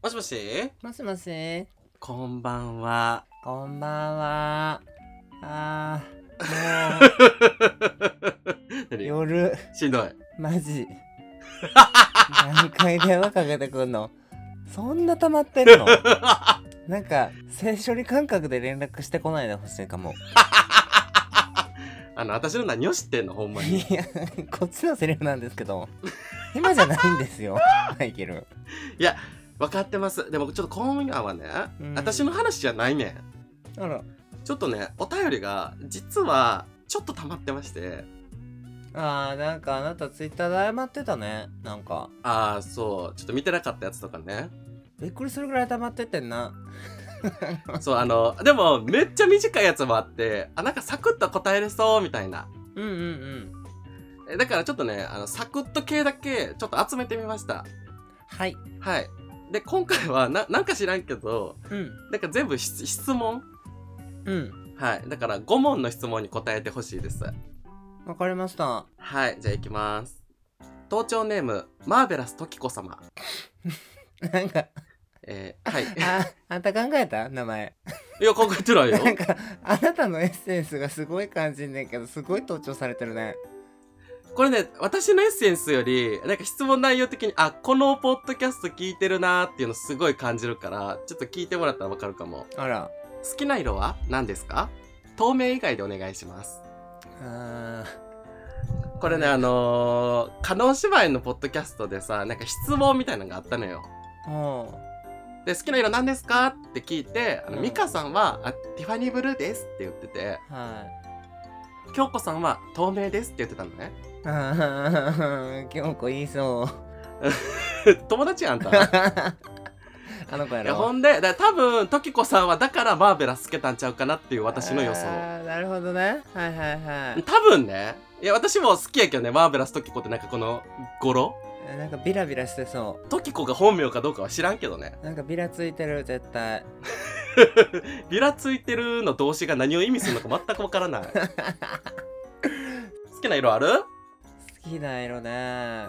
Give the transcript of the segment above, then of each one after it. もしもしもしもしこんばんは。こんばんは。あー、もう、 何夜、しんどい。マジ。 何回電話かけてくんのそんな溜まって るのなんか、性処理感覚で連絡してこないでほしいかも。あの、私の何を知ってんのほんま に。いや、こっちのセリフなんですけど、今じゃないんです よ、マイケル。いや、分かってます。でもちょっと今夜はね、うん私の話じゃないねん。あら、ちょっとね、お便りが、実は、ちょっと溜まってまして。あー、なんかあなたツイッターで謝ってたね。なんか、ああ、そう。ちょっと見てなかったやつとか ね。びっくりするぐらい溜まってってんな。そう、あの、でも、めっちゃ短いやつもあって、あ、なんかサクッと答えれそう、みたいな。うんうんうん。えだからちょっとね、あの、サクッと系だけ、ちょっと集めてみました。はい。はい。で、今回は、な、なんか知らんけど、うん。なんか全部質質問うん。はい。だから5問の質問に答えてほしいです。わかりました。はい。じゃあ行きます。盗聴ネーム、マーベラストキコ様。なんか、えー、はい。あ、あんた考えた名前。いや、考えてないよ。なんか、あなたのエッセンスがすごい感じんねんけど、すごい盗聴されてるね。これね、私のエッセンスより、なんか質問内容的に、あ、このポッドキャスト聞いてるなーっていうのすごい感じるから、ちょっと聞いてもらったらわかるかも。あら。好きな色は何ですか透明以外でお願いします。あこれね、あのー、カノン姉妹のポッドキャストでさ、なんか質問みたいなのがあったのよ。ー、おう。で、好きな色何ですかって聞いて、あの、うんミカさんは、あ、ティファニーブルーですって言ってて、はい。京子さんは透明ですって言ってたのね。あー、京子言い そう。 友達やん た。い あの子やや、ほろ。んで、だから多分、トキコさんはだからマーベラスけたんちゃうかなっていう私の予想。あーなるほどね。はいはいは多分ね、いや、私も好きやけどね、マーベラストキコってなんかこの語呂い。なんかビラビラしてそトキコが本名かどうかは知らんけどね。う。なんかビラついてる、絶対。ビラついてるの動詞が何を意味するのか全くわ からない。好きな色ある好きな色ね。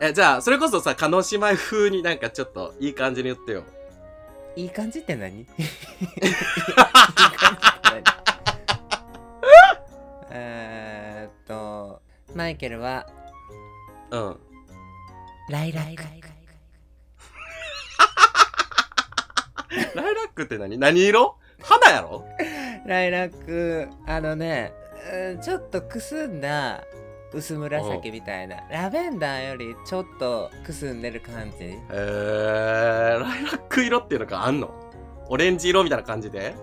え、じゃあ、それこそさ、カノン姉妹風になんかちょっといい感じに言ってよ。いい感じって何いい感じって何えーっとマイケルはうん。 ライライクライラックって何何色肌やろライラックあのねうんちょっとくすんだ薄紫みたいなラベンダーよりちょっとくすんでる感じえー、ライラック色っていうのがあんのオレンジ色みたいな感じで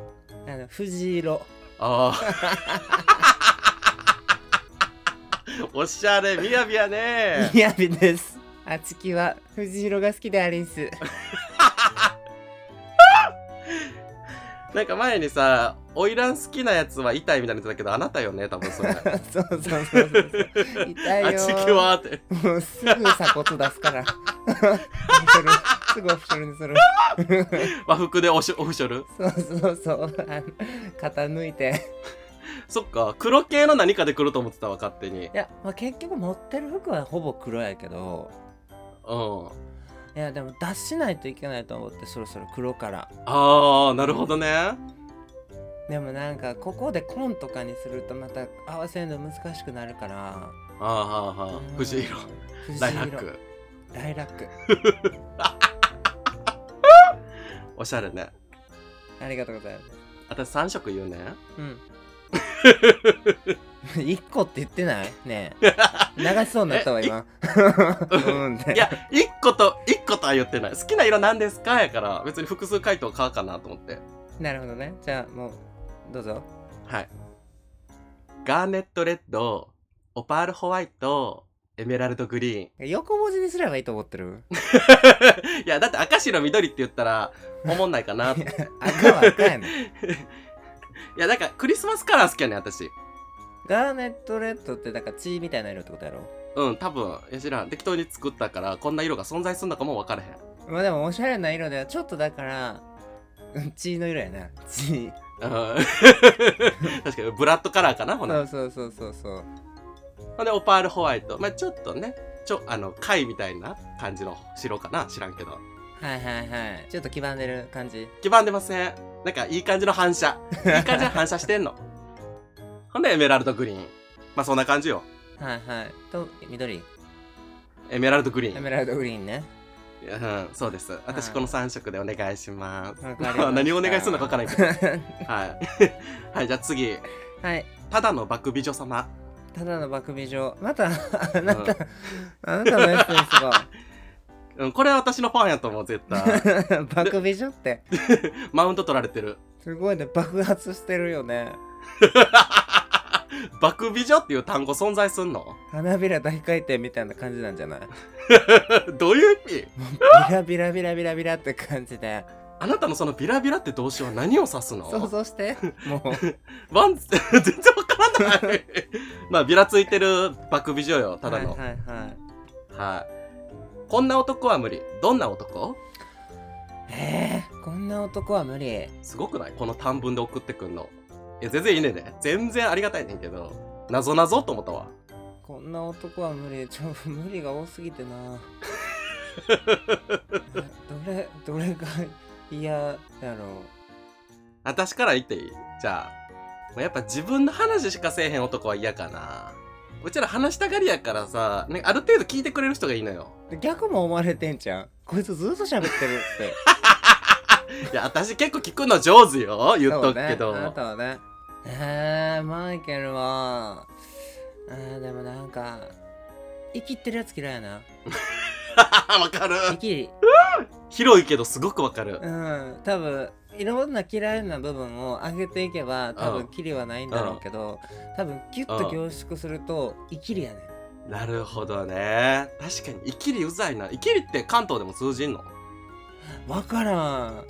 あの藤色ああ。 おしゃれ、みやびやね。みやびですあちきは藤色が好きでありんすなんか前にさ、花魁好きなやつは痛いみたいな言ってたけど、あなたよね、多分それ。あそうそうそうそうそう痛いよーちきわーって。もうすぐ鎖骨出すから。すぐオフショルにする。和服でおしオフショル。そうそうそう。あの肩抜いて。そっか、黒系の何かで来ると思ってたわ、勝手に。うんい。や、まあ、結局持ってる服はほぼ黒やけど、いや、でも脱しないといけないと思って、そろそろ黒から。ああ、なるほどね。でもなんか、ここで紺とかにするとまた合わせるの難しくなるから。ああ、はあ、はあ。藤色。藤色。ライラック。ライラック。おしゃれね。ありがとうございます。私3色 言うね。 うん。1個って言ってないねえ。流しそうになったわ、今。うんっていや、1個と、1個とは言ってない。好きな色なんですかやから、別に複数回答かかなと思って。なるほどね。じゃあもう、どうぞ。はい。ガーネットレッド、オパールホワイト、エメラルドグリーン。 横文字にすればいいと思ってる。いや、だって赤白緑って言ったら、おもんないかな って。 赤は赤やねん。いや、なんかクリスマスカラー好きやねん、私。ガーネットレッドってだから血みたいな色ってことやろ。うん、多分、いや知らん。適当に作ったから、こんな色が存在するのかも分からへん。まあでもおしゃれな色ではちょっとだから、うん血の色やな。血。うん確かに、ブラッドカラーかな、ほそなう。そうそうそうそう。ほんで、オパールホワイト。まあちょっとね、ちょ、あの、貝みたいな感じの白かな、知らんけど。はいはいはいちょっと黄ばんでる感じ基盤出ません。なんか、いい感じの反 射。いい感じの反射してんの。ほんで、エメラルドグリーン。まあ、そんな感じよ。はいはいと緑エメラルドグリーエン。メラルドグリーンね うん、そうです。私、はいこの3色でお願いします。わかりました何をお願いするのかわからないけど。ははい。 はい、じゃあ次。いただの爆美女様。ただの爆美女ま たあなた、うんあなたのエッセンスがうん、これは私のファンやと思う、絶 対。爆美女ってマウント取られてる。すごいね爆発してるよね爆美女っていう単語存在すんの 花びら大回転みたいな感じなんじゃないもどういう意味うビラビラビラビラビラって感じであなたのそのビラビラって動詞は何を指すの想像してもワン、全然わからない。 まあ、ビラついてる爆美女よ、う ただの。はいはい、はいはいこんな男は無理。どんな男えー、こんな男は無理すごくないこの短文で送ってくんの。いや、全然いいねんね。全然ありがたいねんけど。なぞなぞと思ったわ。こんな男は無理ちょ無理が多す ぎてなどれどれが嫌だろ私から言っていいじゃあ。まあやっぱ自分の話しかせえへん男は嫌かな。うちら話したがりやからさ、ね、ある程度聞いてくれる人がいいのよ。う逆も思われてんじゃんこいつずっと喋ってるっていや、私結構聞くの上手よ。 言っとくけど。そうね、あなたはねえー、マイケルはあーでもなんか生きってるやつ嫌いやな わかる。生き広いけどすごくわかる。うん多分いろんな嫌いな部分を上げていけば多うん分キリはないんだろうけど多分ギュッと凝縮すると生きりやねんなるほどね。確かに、イキリうざいな。イキリって関東でも通じんのわからん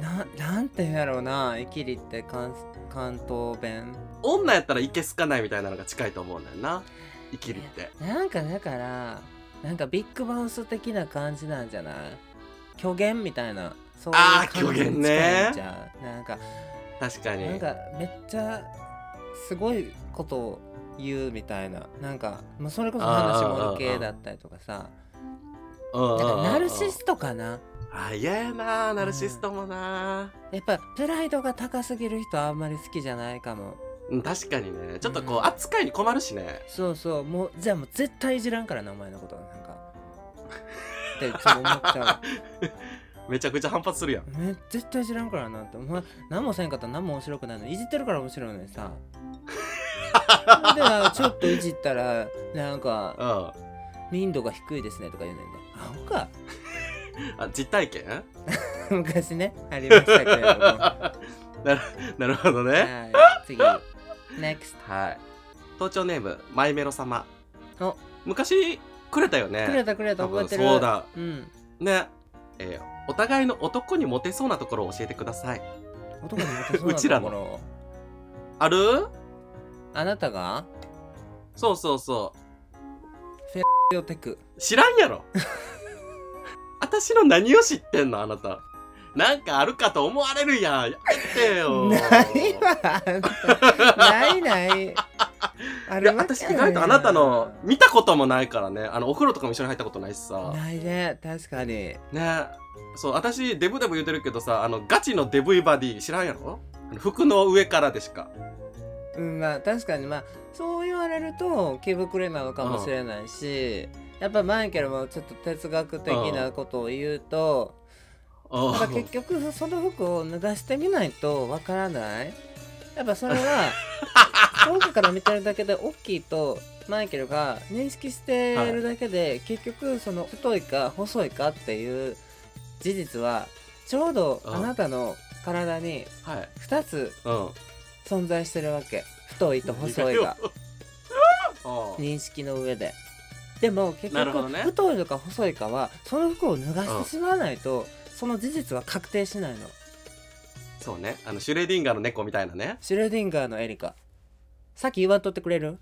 ななんて言うんやろうな生きりって関関東弁女やったらいけすかないみたいなのが近いと思うんだよな。イキリって。なんかだからなんかビッグバウス的な感じなんじゃない虚言みたいなそういあうー感じに近いんじゃんなんか確かに。なんかめっちゃすごいことを言うみたいななんか、まあ、それこそ話盛る系だったりとかさうんうんうんなうんんかナルシストかなあ、嫌やな。ナルシストもな。やっぱプライドが高すぎる人あんまり好きじゃないかもうん、確かにね。ちょっとこうう、ん扱いに困るしね。そうそうもうじゃあもう絶対いじらんからなお前のことなんかってちょっと思っちゃうめちゃくちゃ反発するやん。ね、絶対知らんからなってお前何もせんかったら何も面白くないのいじってるから面白いのに さそれではちょっといじったらなんかうん。あ、民度が低いですねとか言うねんであほか 実体験 昔ねありましたけれどもはなるほ どね。い次 NEXT はい。東京ネーム、マイメロ様。お昔、くれたよね。くれたくれた多覚え分てるそうだ。うんねえーお互いの男にモテそうなところを教えてください男にモテそううなちらとのころあるあなたがそうそうそヨテクう知らんやろ 私の何を知ってんのあなたなんかあるかと思われるやんやめて よないわあんたないないあいや私意外とあなたの見たこともないからねあのお風呂とかも一緒に入ったことないしさないね確かにねそう私デブデブ言うてるけどさあのガチのデブイバディ知らんやろあの服の上からでしかうんまあ確かにまあそう言われると気膨れなのかもしれないし、やっぱマイケルもちょっと哲学的なことを言うと、うんやっぱ結局その服を脱がしてみないとわからないやっぱそ れは遠くから見てるだけで大きいとマイケルが認識してるだけで、結局その太いか細いかっていう事実はちょうどあなたの体にはい2つうん存在してるわけ太いと細い が。うん認識の上ででも結なるほど局、ね太いのか細いかはその服を脱がしてしまわないと、その事実は確定しないのそうねあのシュレディンガーの猫みたいなね シュレディンガーのエリカさっき言わんとってくれる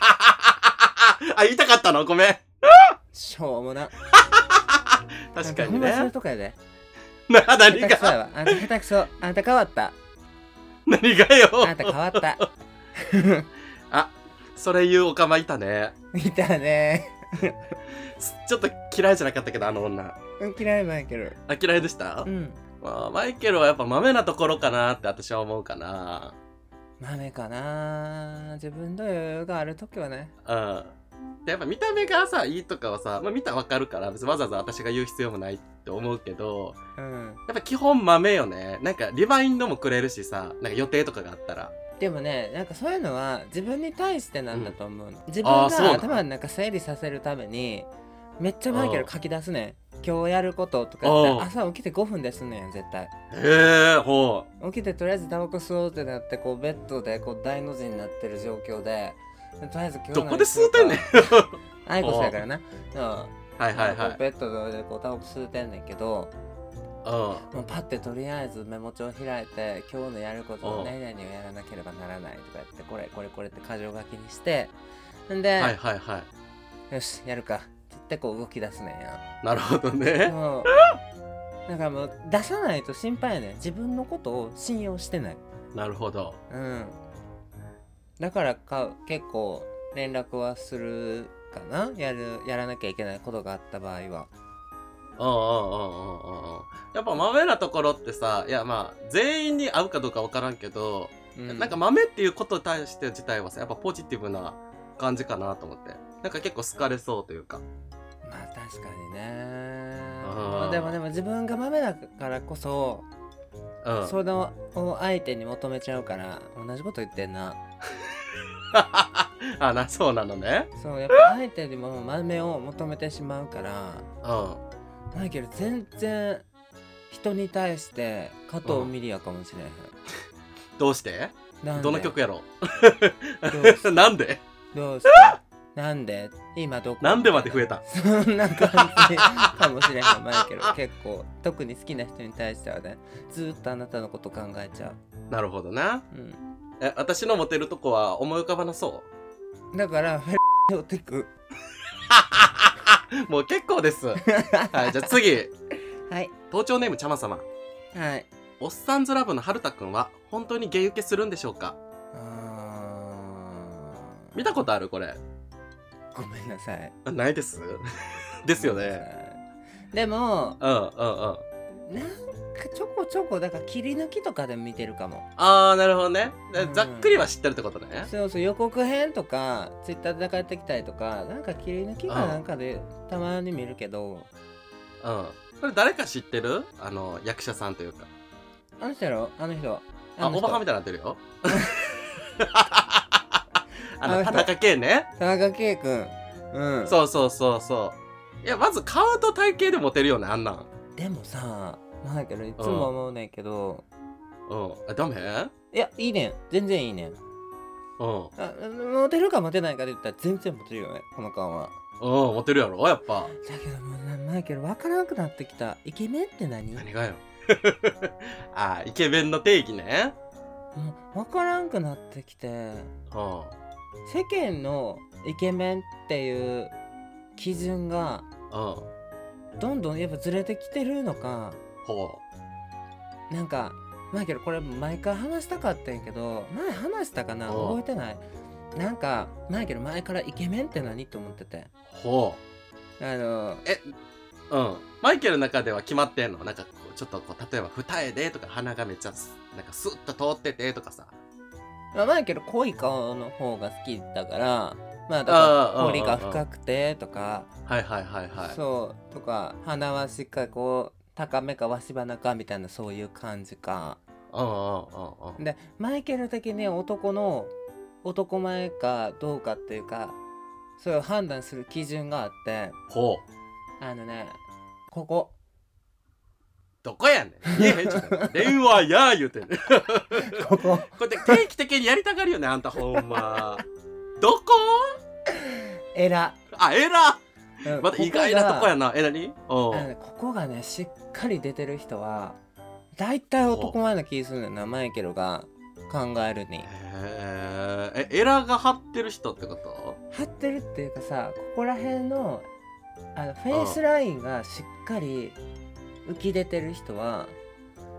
あ、言いたかったのごめん。しょうもな確かあんたほにんまそういうね。とこやで な、あん何たくそやが、わあんた下手くそあんた変わった何がよ。あんた変わったあ、それ言うおかまいたね。いたねすちょっと嫌いじゃなかったけど、あの女。うん嫌いマイケルあ、嫌いでした、うんまあ、マイケルはやっぱマメなところかなって私は思うかな。マメかな自分の余裕がある時はねうん。でやっぱ見た目がさ、いいとかはさ、まあ見たらわかるから、別にわざわざ私が言う必要もないって思うけど、うんやっぱ基本豆よね。なんかリマインドもくれるしさ、なんか予定とかがあったら。でもねなんかそういうのは自分に対してなんだと思うの、自分あがーそうなの頭の中整理させるためにめっちゃマイケル書き出すねん今日やることとかおう朝起きて5分ですんねん絶対へえ、ほう。起きてとりあえずタバコ吸おうってなってこうベッドでこう大の字になってる状況でとりあえず今日どこで吸うてんねん アイコスやからなうんはいはいはこうい。ベッドでこうタバコ吸うてんねんけどうもうパッてとりあえずメモ帳開いて今日のやることおう何々をやらなければならないとか言ってこれこれこれって箇条書きにしてんで、ん。はいはいはい。よしやるかって言ってこう動き出すねんやなるほどね。もうだからもう出さないと心配やねん自分のことを信用してないなるほど。うんだからか結構連絡はするかなやるやらなきゃいけないことがあった場合はうんうんうんうんうんうん。やっぱ豆なところってさ、いやまあ、全員に合うかどうかわからんけど、うんなんか豆っていうことに対して自体はさ、やっぱポジティブな感じかなと思って。なんか結構好かれそうというか。まあ確かにねうんまあでもでも自分が豆だからこそ、うん。それを相手に求めちゃうから同じこと言ってんなあな、 そうなのね。そうやっぱ相手にも豆を求めてしまうからうん。マイケル全然人に対して加藤ミリアかもしれへんどうしてなんでどの曲やろどうしう なんでどうしてなんで今どこなんでまで増えたそんな感じかもしれないマイケル結構特に好きな人に対してはねずーっとあなたのこと考えちゃなるほどな。う、うえ、私のモテるとこは思い浮かばなそん、だからフェル 寄ってくう もう結構です。はい、じゃあ次。はい盗聴ネームちゃま様。はいおっさんずラブのはるたくんは本当にゲ受けするんでしょうかあー見たことあるこれ。ごめんなさいあないです。 ですよね。でもうんうんうん。あなんかちょこちょこだから切り抜きとかで見てるかもあー、なるほどね。でうんざっくりは知ってるってことね。そうそう予告編とかツイッターで帰ってきたりとかなんか切り抜きがなんかでたまに見るけどうん。これ誰か知ってるあの、役者さんというか。あの人やろあの人あ、のお人ばはみたいになってる よ。ああのの、人田中圭ね。田中圭君うんそうそうそうそう。いや、まず顔と体型でモテるよね、あんなん。でもさマイケルいつも思うねんけど、うん。あダメいやいいねん全然いいねんうん。あモテるかモテないかで言ったら全然モテるよねこの顔はうん、モテるやろ、やっぱ。だけどもうなマイケル分からなくなってきたイケメンって何も何がよ。 あイケメンの定義ね。う分からんくなってきてうん。世間のイケメンっていう基準がうん。どんどんやっぱずれてきてるのかほなんかマイケルこれ毎回話したかったんやけど前話したかなおう覚えてないなんかマイケル前からイケメンって何と思っててう。ほあのう。うん。マイケルの中では決まってんのなんかこう、ちょっとこう、例えば二重でとか鼻がめっちゃす、なんかスッと通っててとかさ。まあ、マイケル濃い顔の方が好きだからまああだからあ彫りが深くてとかはいはいはいはい。そうとか鼻はしっかりこう高めかわし鼻かみたいなそういう感じかうんうんうんうん。でマイケル的に男の男前かどうかっていうかそれを判断する基準があってほう。あのねここどこやねん。言えへんじゃん。電話やー言うてんねん。ここうこやって定期的にやりたがるよね、あんたほんま。どこエラ、あ、えらうんまた意外なとこやこな。え、なにこがあのうねここがねしっかり出てる人は大体男前な気するのよなマイケルが考えるにん。へーえ、エラが張ってる人ってこと張ってるっていうかさここら辺のあのフェイスラインがしっかり浮き出てる人は、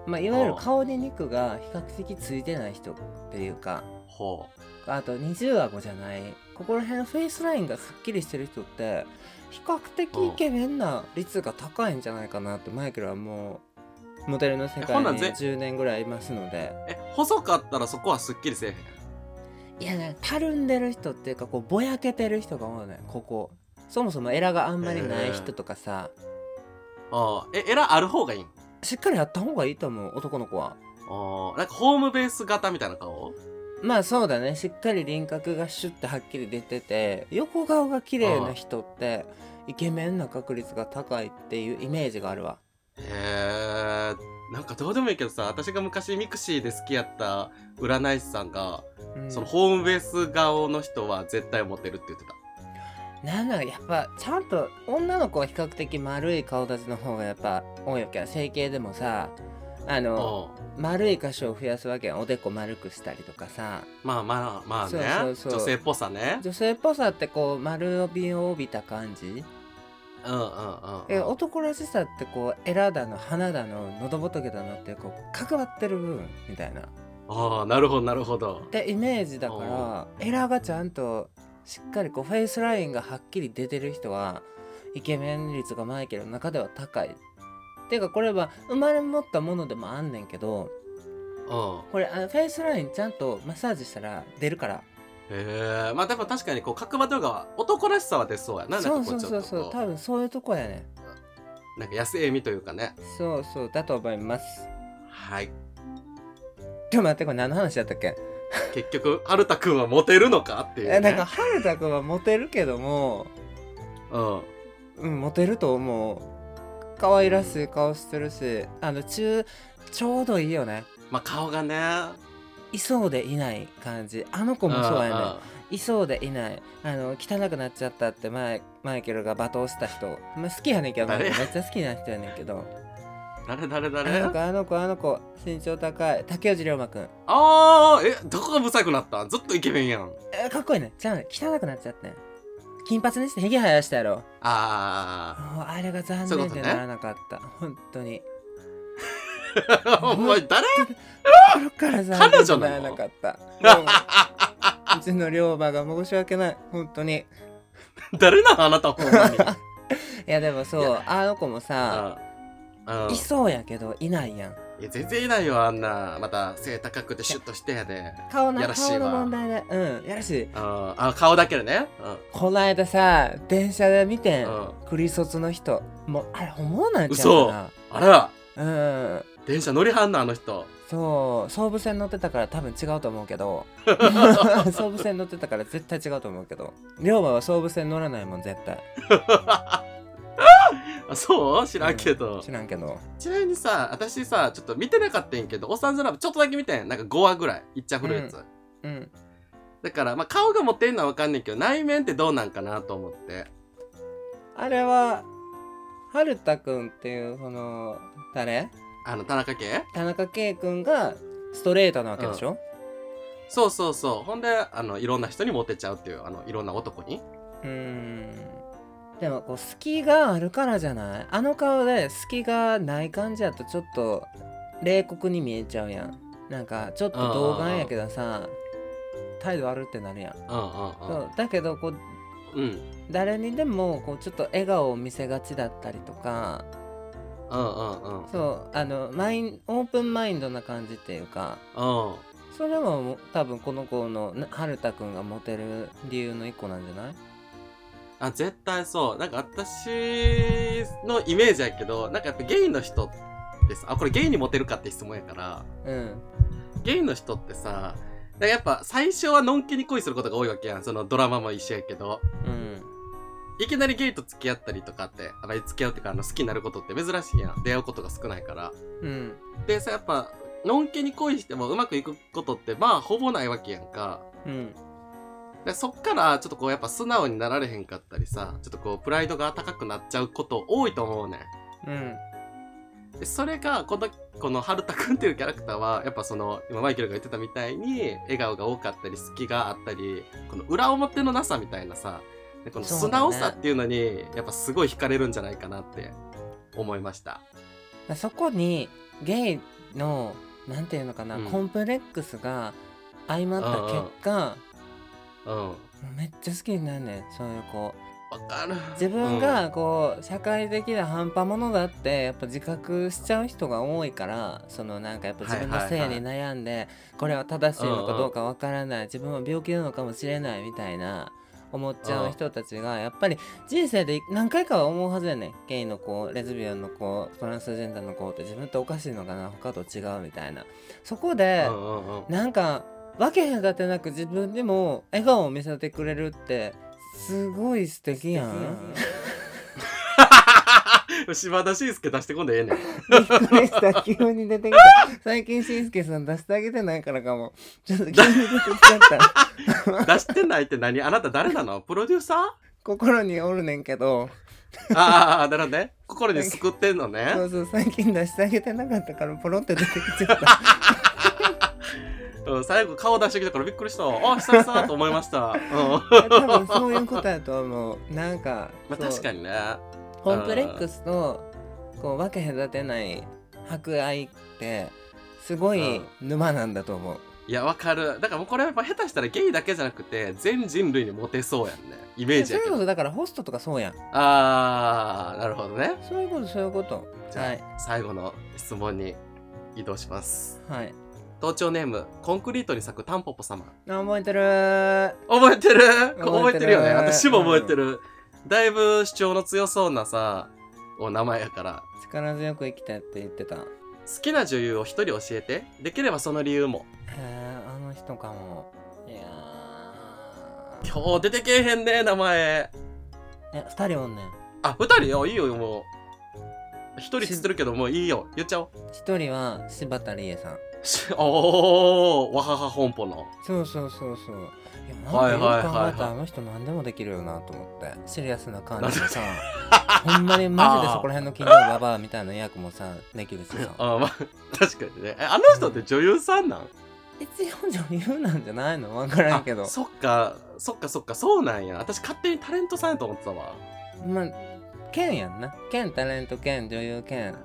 まあ、いわゆるうん顔に肉が比較的ついてない人っていうかほう。あと二重顎じゃないここら辺のフェイスラインがすっきりしてる人って比較的イケメンな率が高いんじゃないかなってマイケルはもうモデルの世えほ界んなにらぜ10年ぐらいいますのでえ細かったらそこはすっきりせえへんいやねたるんでる人っていうかこうぼやけてる人が多いのよここそもそもエラがあんまりない人とかさ、ああえエラある方がいいんしっかりやった方がいいと思う男の子はああなんかホームベース型みたいな顔まあそうだねしっかり輪郭がシュッてはっきり出てて横顔が綺麗な人ってイケメンな確率が高いっていうイメージがあるわへえなんかどうでもいいけどさ私が昔ミクシーで好きやった占い師さんが、うんそのホームベース顔の人は絶対モテるって言ってたなんだろうやっぱちゃんと女の子は比較的丸い顔立ちの方がやっぱ多いわけや整形でもさあのああ丸い箇所を増やすわけやんおでこ丸くしたりとかさまあまあまあねそうそうそう女性っぽさね女性っぽさってこう丸帯を帯びた感じうんうんうんえ男らしさってこうエラだの花だの喉仏だのってこう角張ってる部分みたいなああなるほどなるほどでイメージだからエラがちゃんとしっかりこうフェイスラインがはっきり出てる人はイケメン率がマイケルの中では高い。ていうかこれは生まれ持ったものでもあんねんけどうんこれあのフェイスラインちゃんとマッサージしたら出るからへえまあでも確かにこう角張というか男らしさは出そうやなそうなそんうかこそううちそょうっとこ多分そういうとこやねうんなんか安い味というかねそうそうだと思いますはいちょっと待ってこれ何の話だったっけ結局春太くんはモテるのかっていう、ね、えなんか春太くんはモテるけどもうんうん、モテると思う。可愛らしい顔してるし、あの、中、ちょうどいいよね。まあ顔がねいそうでいない感じ。あの子もそうやね。いそうでいない。あの、汚くなっちゃったって前、マイケルが罵倒した人。まあ、好きやねんけど、マイケル誰めっちゃ好きな人やねんけど。誰誰あ誰の子、あの子、あの子、身長高い。竹内涼真くん。ああえどこがブサイクなったずっとイケメンやんえーかっこいいね。じゃあ、汚くなっちゃってん。金髪にしてヒゲ生やしたやろ。あもう、あれが残そういう念こでとねならなかった。本当に。あ お前誰これからさ彼女なのらなかった。もううちの龍馬が申し訳ない本当にい誰なのあなたほんま にやでもそいうやあの子もさうんうんいそうやけどいないやんいや全然いないよあんなまた背高くてシュッとしてやで顔のやらしい顔わの問題でうんやらしいあーあ顔だけでねこないださ電車で見てうんん、うん、クリソツの人もうあれ本物なんちゃうかあらなうん電車乗りはんなあの人そう総武線乗ってたから多分違うと思う けど 総武線乗ってたから絶対違うと思うけど龍馬は総武線乗らないもん絶対あそう知らんけど、知らんけどちなみにさ私さちょっと見てなかったんやけど「おっさんずラブ」ちょっとだけ見てんなんか5話ぐらいいっちゃ古いやつ、うんだから、まあ、顔が持ってんのはわかんないけど内面ってどうなんかなと思ってあれは、はるたくんっていう、この、誰あの田中圭田中圭くんがストレートなわけでしょ、そうそうそうほんであのいろんな人にモテちゃうっていうあのいろんな男にうーん。でも、こう、隙があるからじゃないあの顔で隙がない感じやと、ちょっと、冷酷に見えちゃうやん。なんか、ちょっと童顔やけどさ、態度悪ってなるやん。うんうんそうだけど、こう、うんうん誰にでも、こう、ちょっと笑顔を見せがちだったりとか、うんうんうんそう、あの、マイン、オープンマインドな感じっていうか、うんそれはもう多分この子のな春太くんがモテる理由の一個なんじゃないあ絶対そうなんか私のイメージやけどなんかやっぱゲイの人ってさあこれゲイにモテるかって質問やからうんゲイの人ってさなんかやっぱ最初はのんきに恋することが多いわけやんそのドラマも一緒やけどうんいきなりゲイと付き合ったりとかってあまり付き合うっていうかあの好きになることって珍しいやん出会うことが少ないからうんでさやっぱのんきに恋してもうまくいくことってまあほぼないわけやんかうんでそっからちょっとこうやっぱ素直になられへんかったりさちょっとこうプライドが高くなっちゃうこと多いと思うねんうんでそれがこのこの春太くんっていうキャラクターはやっぱその今マイケルが言ってたみたいに笑顔が多かったり隙があったりこの裏表のなさみたいなさでこの素直さっていうのにやっぱすごい惹かれるんじゃないかなって思いました。だそこにゲイのなんていうのかな、うんコンプレックスが相まった結果、うんわもうめっちゃ好きになるねんそういう子かる自分がこう社会的な半端者だってやっぱ自覚しちゃう人が多いからそのなんかやっぱ自分の性に悩んでこれは正しいのかどうかわからない自分は病気なのかもしれないみたいな思っちゃう人たちがやっぱり人生で何回かは思うはずやねんゲイの子レズビアンの子トランスジェンダーの子って自分っておかしいのかな他と違うみたいなそこうんでうんうんなんか分け隔てなく自分でも笑顔を見せてくれるってすごい素敵やん。 島田紳介出してこんでええねん。びっくりした急に出てきた最近しんすけさん出してあげてないからかもちょっと急に出てきちゃ った出してないって何あなた誰なのプロデューサー心におるねんけどああ、なるほど ね。心に救ってんのそね。うそう最近出してあげてなかったからポロって出てきちゃ ったうん、最後顔出してきたからびっく りした。あ、久々だと思いました。うん。多分そういうことやと思うなんか、まあそう確かにね。コンプレックスとこう分け隔てない博愛ってすごい沼なんだと思う、いや、わかる。だからもうこれやっぱ下手したらゲイだけじゃなくて、全人類にモテそうやんね。イメージそやういけうこど。とだからホストとかそうやんああ、なるほどね。そういうことそういうことじはゃいあ、最後の質問に移動します。はい盗聴ネーム、コンクリートに咲くタンポポ様。あ覚えてるー覚えてる覚覚ええてるてるよね私も覚えてる、だいぶ主張の強そうなさお名前やから力強く生きたって言ってた好きな女優を一人教えてできればその理由もへえあの人かもいやー今日出てけえへんね名前え二人おんねんあ二人よいいよもう一人つってるけどもういいよ言っちゃおう 一人は柴田理恵さんしおおわはは本舗のそうそうそうそういやはいなんかはいよく考はいえたらはいあの人何でもできるよなと思ってシリアスな感じ でさほんまにマジでそこら辺の金曜ババアみたいな役もさできるしさあまあ 確かにねえあの人って女優さんなん、一応女優なんじゃないのわからんけどあそっかそっかそっかそうなんや私勝手にタレントさんやと思ってたわまあ兼やんな兼タレント兼女優兼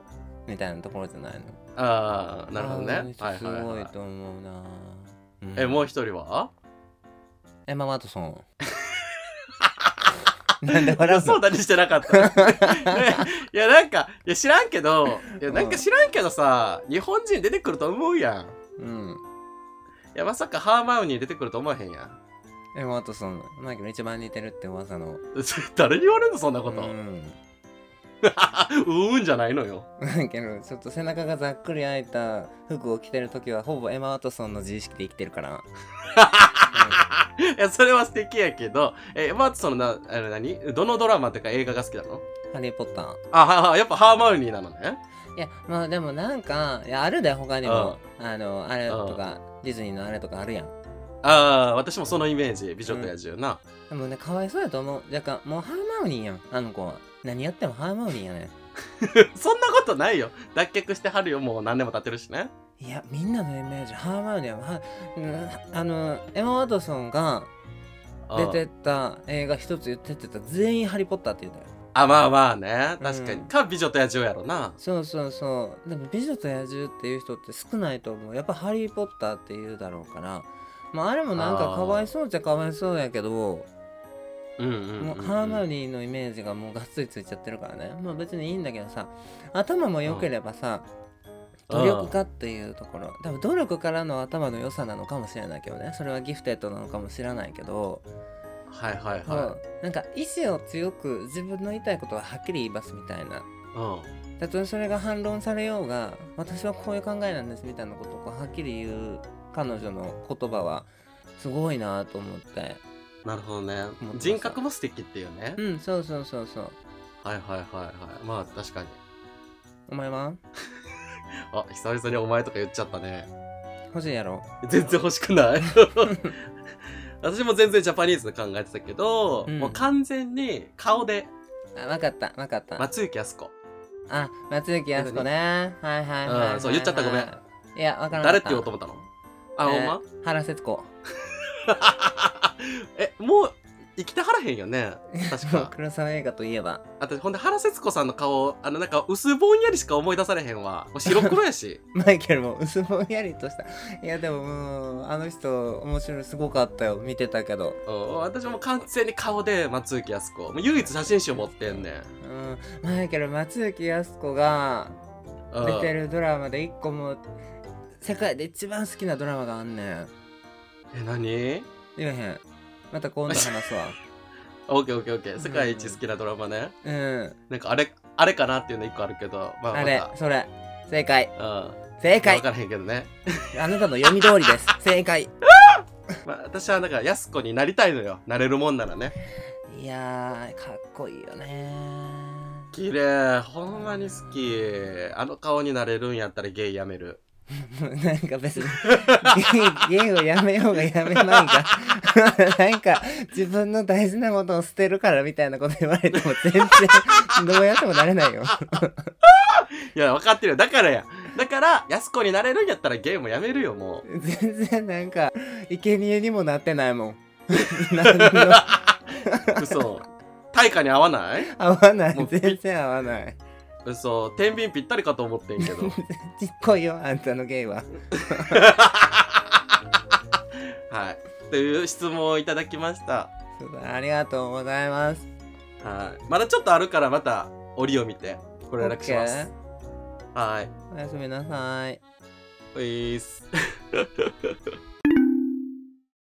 みたいなところじゃないのああなるほどねあの人はいすはいごはいいと思うな、うんえもう一人はエマ・ワトソン なんで笑うそのうだにしてなかった。 ねいや、なんか、いや、知らんけど、いや、なんか知らんけどさ、日本人出てくると思うやん。うんいや、まさかハーマウニー出てくると思わへんや ん。エマ・ワトソンマイケル一番似てるって噂のそれ誰に言われんの、そんなこと。う、うんーんじゃないのよ。 マイケルちょっと背中がざっくり開いた服を着てる時はほぼエマ・ワトソンの自意識で生きてるから、 いや、それは素敵やけど、え、まずそのな、あの何、どのドラマとか映画が好きなのハリー・ポッターあ、はは、やっぱハーマウニーなのね。いやまあでもなんかいやあるで他にもあのあれとかディズニーのあれとかあるやんああ、私もそのイメージ、美女と野獣な。 でもねかわいそうやと思う若干もうハーマウニーやんあの子は何やってもハーマウニーやねそんなことないよ。脱却してはるよ、もう何年も経ってるしね。いやみんなのイメージハーマウニーははうんあのエマ・ワトソンがうん出てた映画一つ言ってってた全員「ハリー・ポッター」って言うたよあ、まあまあね。確かに。うんか、美女と野獣やろな。そうそうそうでも「美女と野獣」っていう人って少ないと思うやっぱ「ハリー・ポッター」って言うだろうからまああれもなんかかわいそうじゃかわいそうやけどうんうんうん、うん。もうハーマウニーのイメージがもうがっつりついちゃってるからねまあ別にいいんだけどさ頭も良ければさ、うん努力家っていうところ多分努力からの頭の良さなのかもしれないけどねそれはギフテッドなのかもしれないけど、はいはいうんは。なんか意志を強く自分の言いたいことははっきり言いますみたいないうん。たとえそれが反論されようが私はこういう考えなんですみたいなことをこうはっきり言う彼女の言葉はすごいなと思ってなるほどね思って。ました人格も素敵っていうね。うんそうそうそうそうはいはいはいはい。まあ確かに。お前はあ、久々にお前とか言っちゃったね。欲しいやろ全然欲しく ない。私も全然ジャパニーズで考えてたけど、うんもう完全に顔で、あ、わかった、わかった。松雪靖子。あ、松雪靖子ね。はいはいはいはい、はい。うんそう言っちゃったごめんいや、わからなか誰っ。ったて言おうと思ったのあ、ほんまえー原節子。 え、もう生きてはらへんよね確か黒沢映画といえば私ほんで原節子さんの顔あのなんか薄ぼんやりしか思い出されへんわもう白黒や しマイケルも薄ぼんやりとしたいやでももうあの人面白いすごかったよ見てたけどうん私も完全に顔で松雪泰子もう唯一写真集持ってんねんうんマイケル松雪泰子がうん出てるドラマで一個もう世界で一番好きなドラマがあんねんえ何言えへんまた今度話 すわオッケーオッケーオッケー世界一好きなドラマね、うんなんかあれあれかなっていうの一個あるけどまあまたあれそれ正解うん正解分からへんけどね、あなたの読み通りです正解まあ、私はだから安子になりたいのよなれるもんならねいやーかっこいいよね綺麗ほんまに好きあの顔になれるんやったらゲイやめる なんか別にゲイゲイをやめようがやめまいが なんか自分の大事なことを捨てるからみたいなこと言われても全然どうやってもなれないよいや分かってるよだからやだから安子になれるんやったらゲイもやめるよもう全然なんか生贄にもなってないもん 何の嘘対価に合わない合わないもう全然合わない嘘天秤ぴったりかと思ってんけどちっこいよあんたのゲイははいという質問をいただきましたそうだありがとうございますはいまだちょっとあるからまた折を見てご連絡しま OK すはいおやすみなさいウィース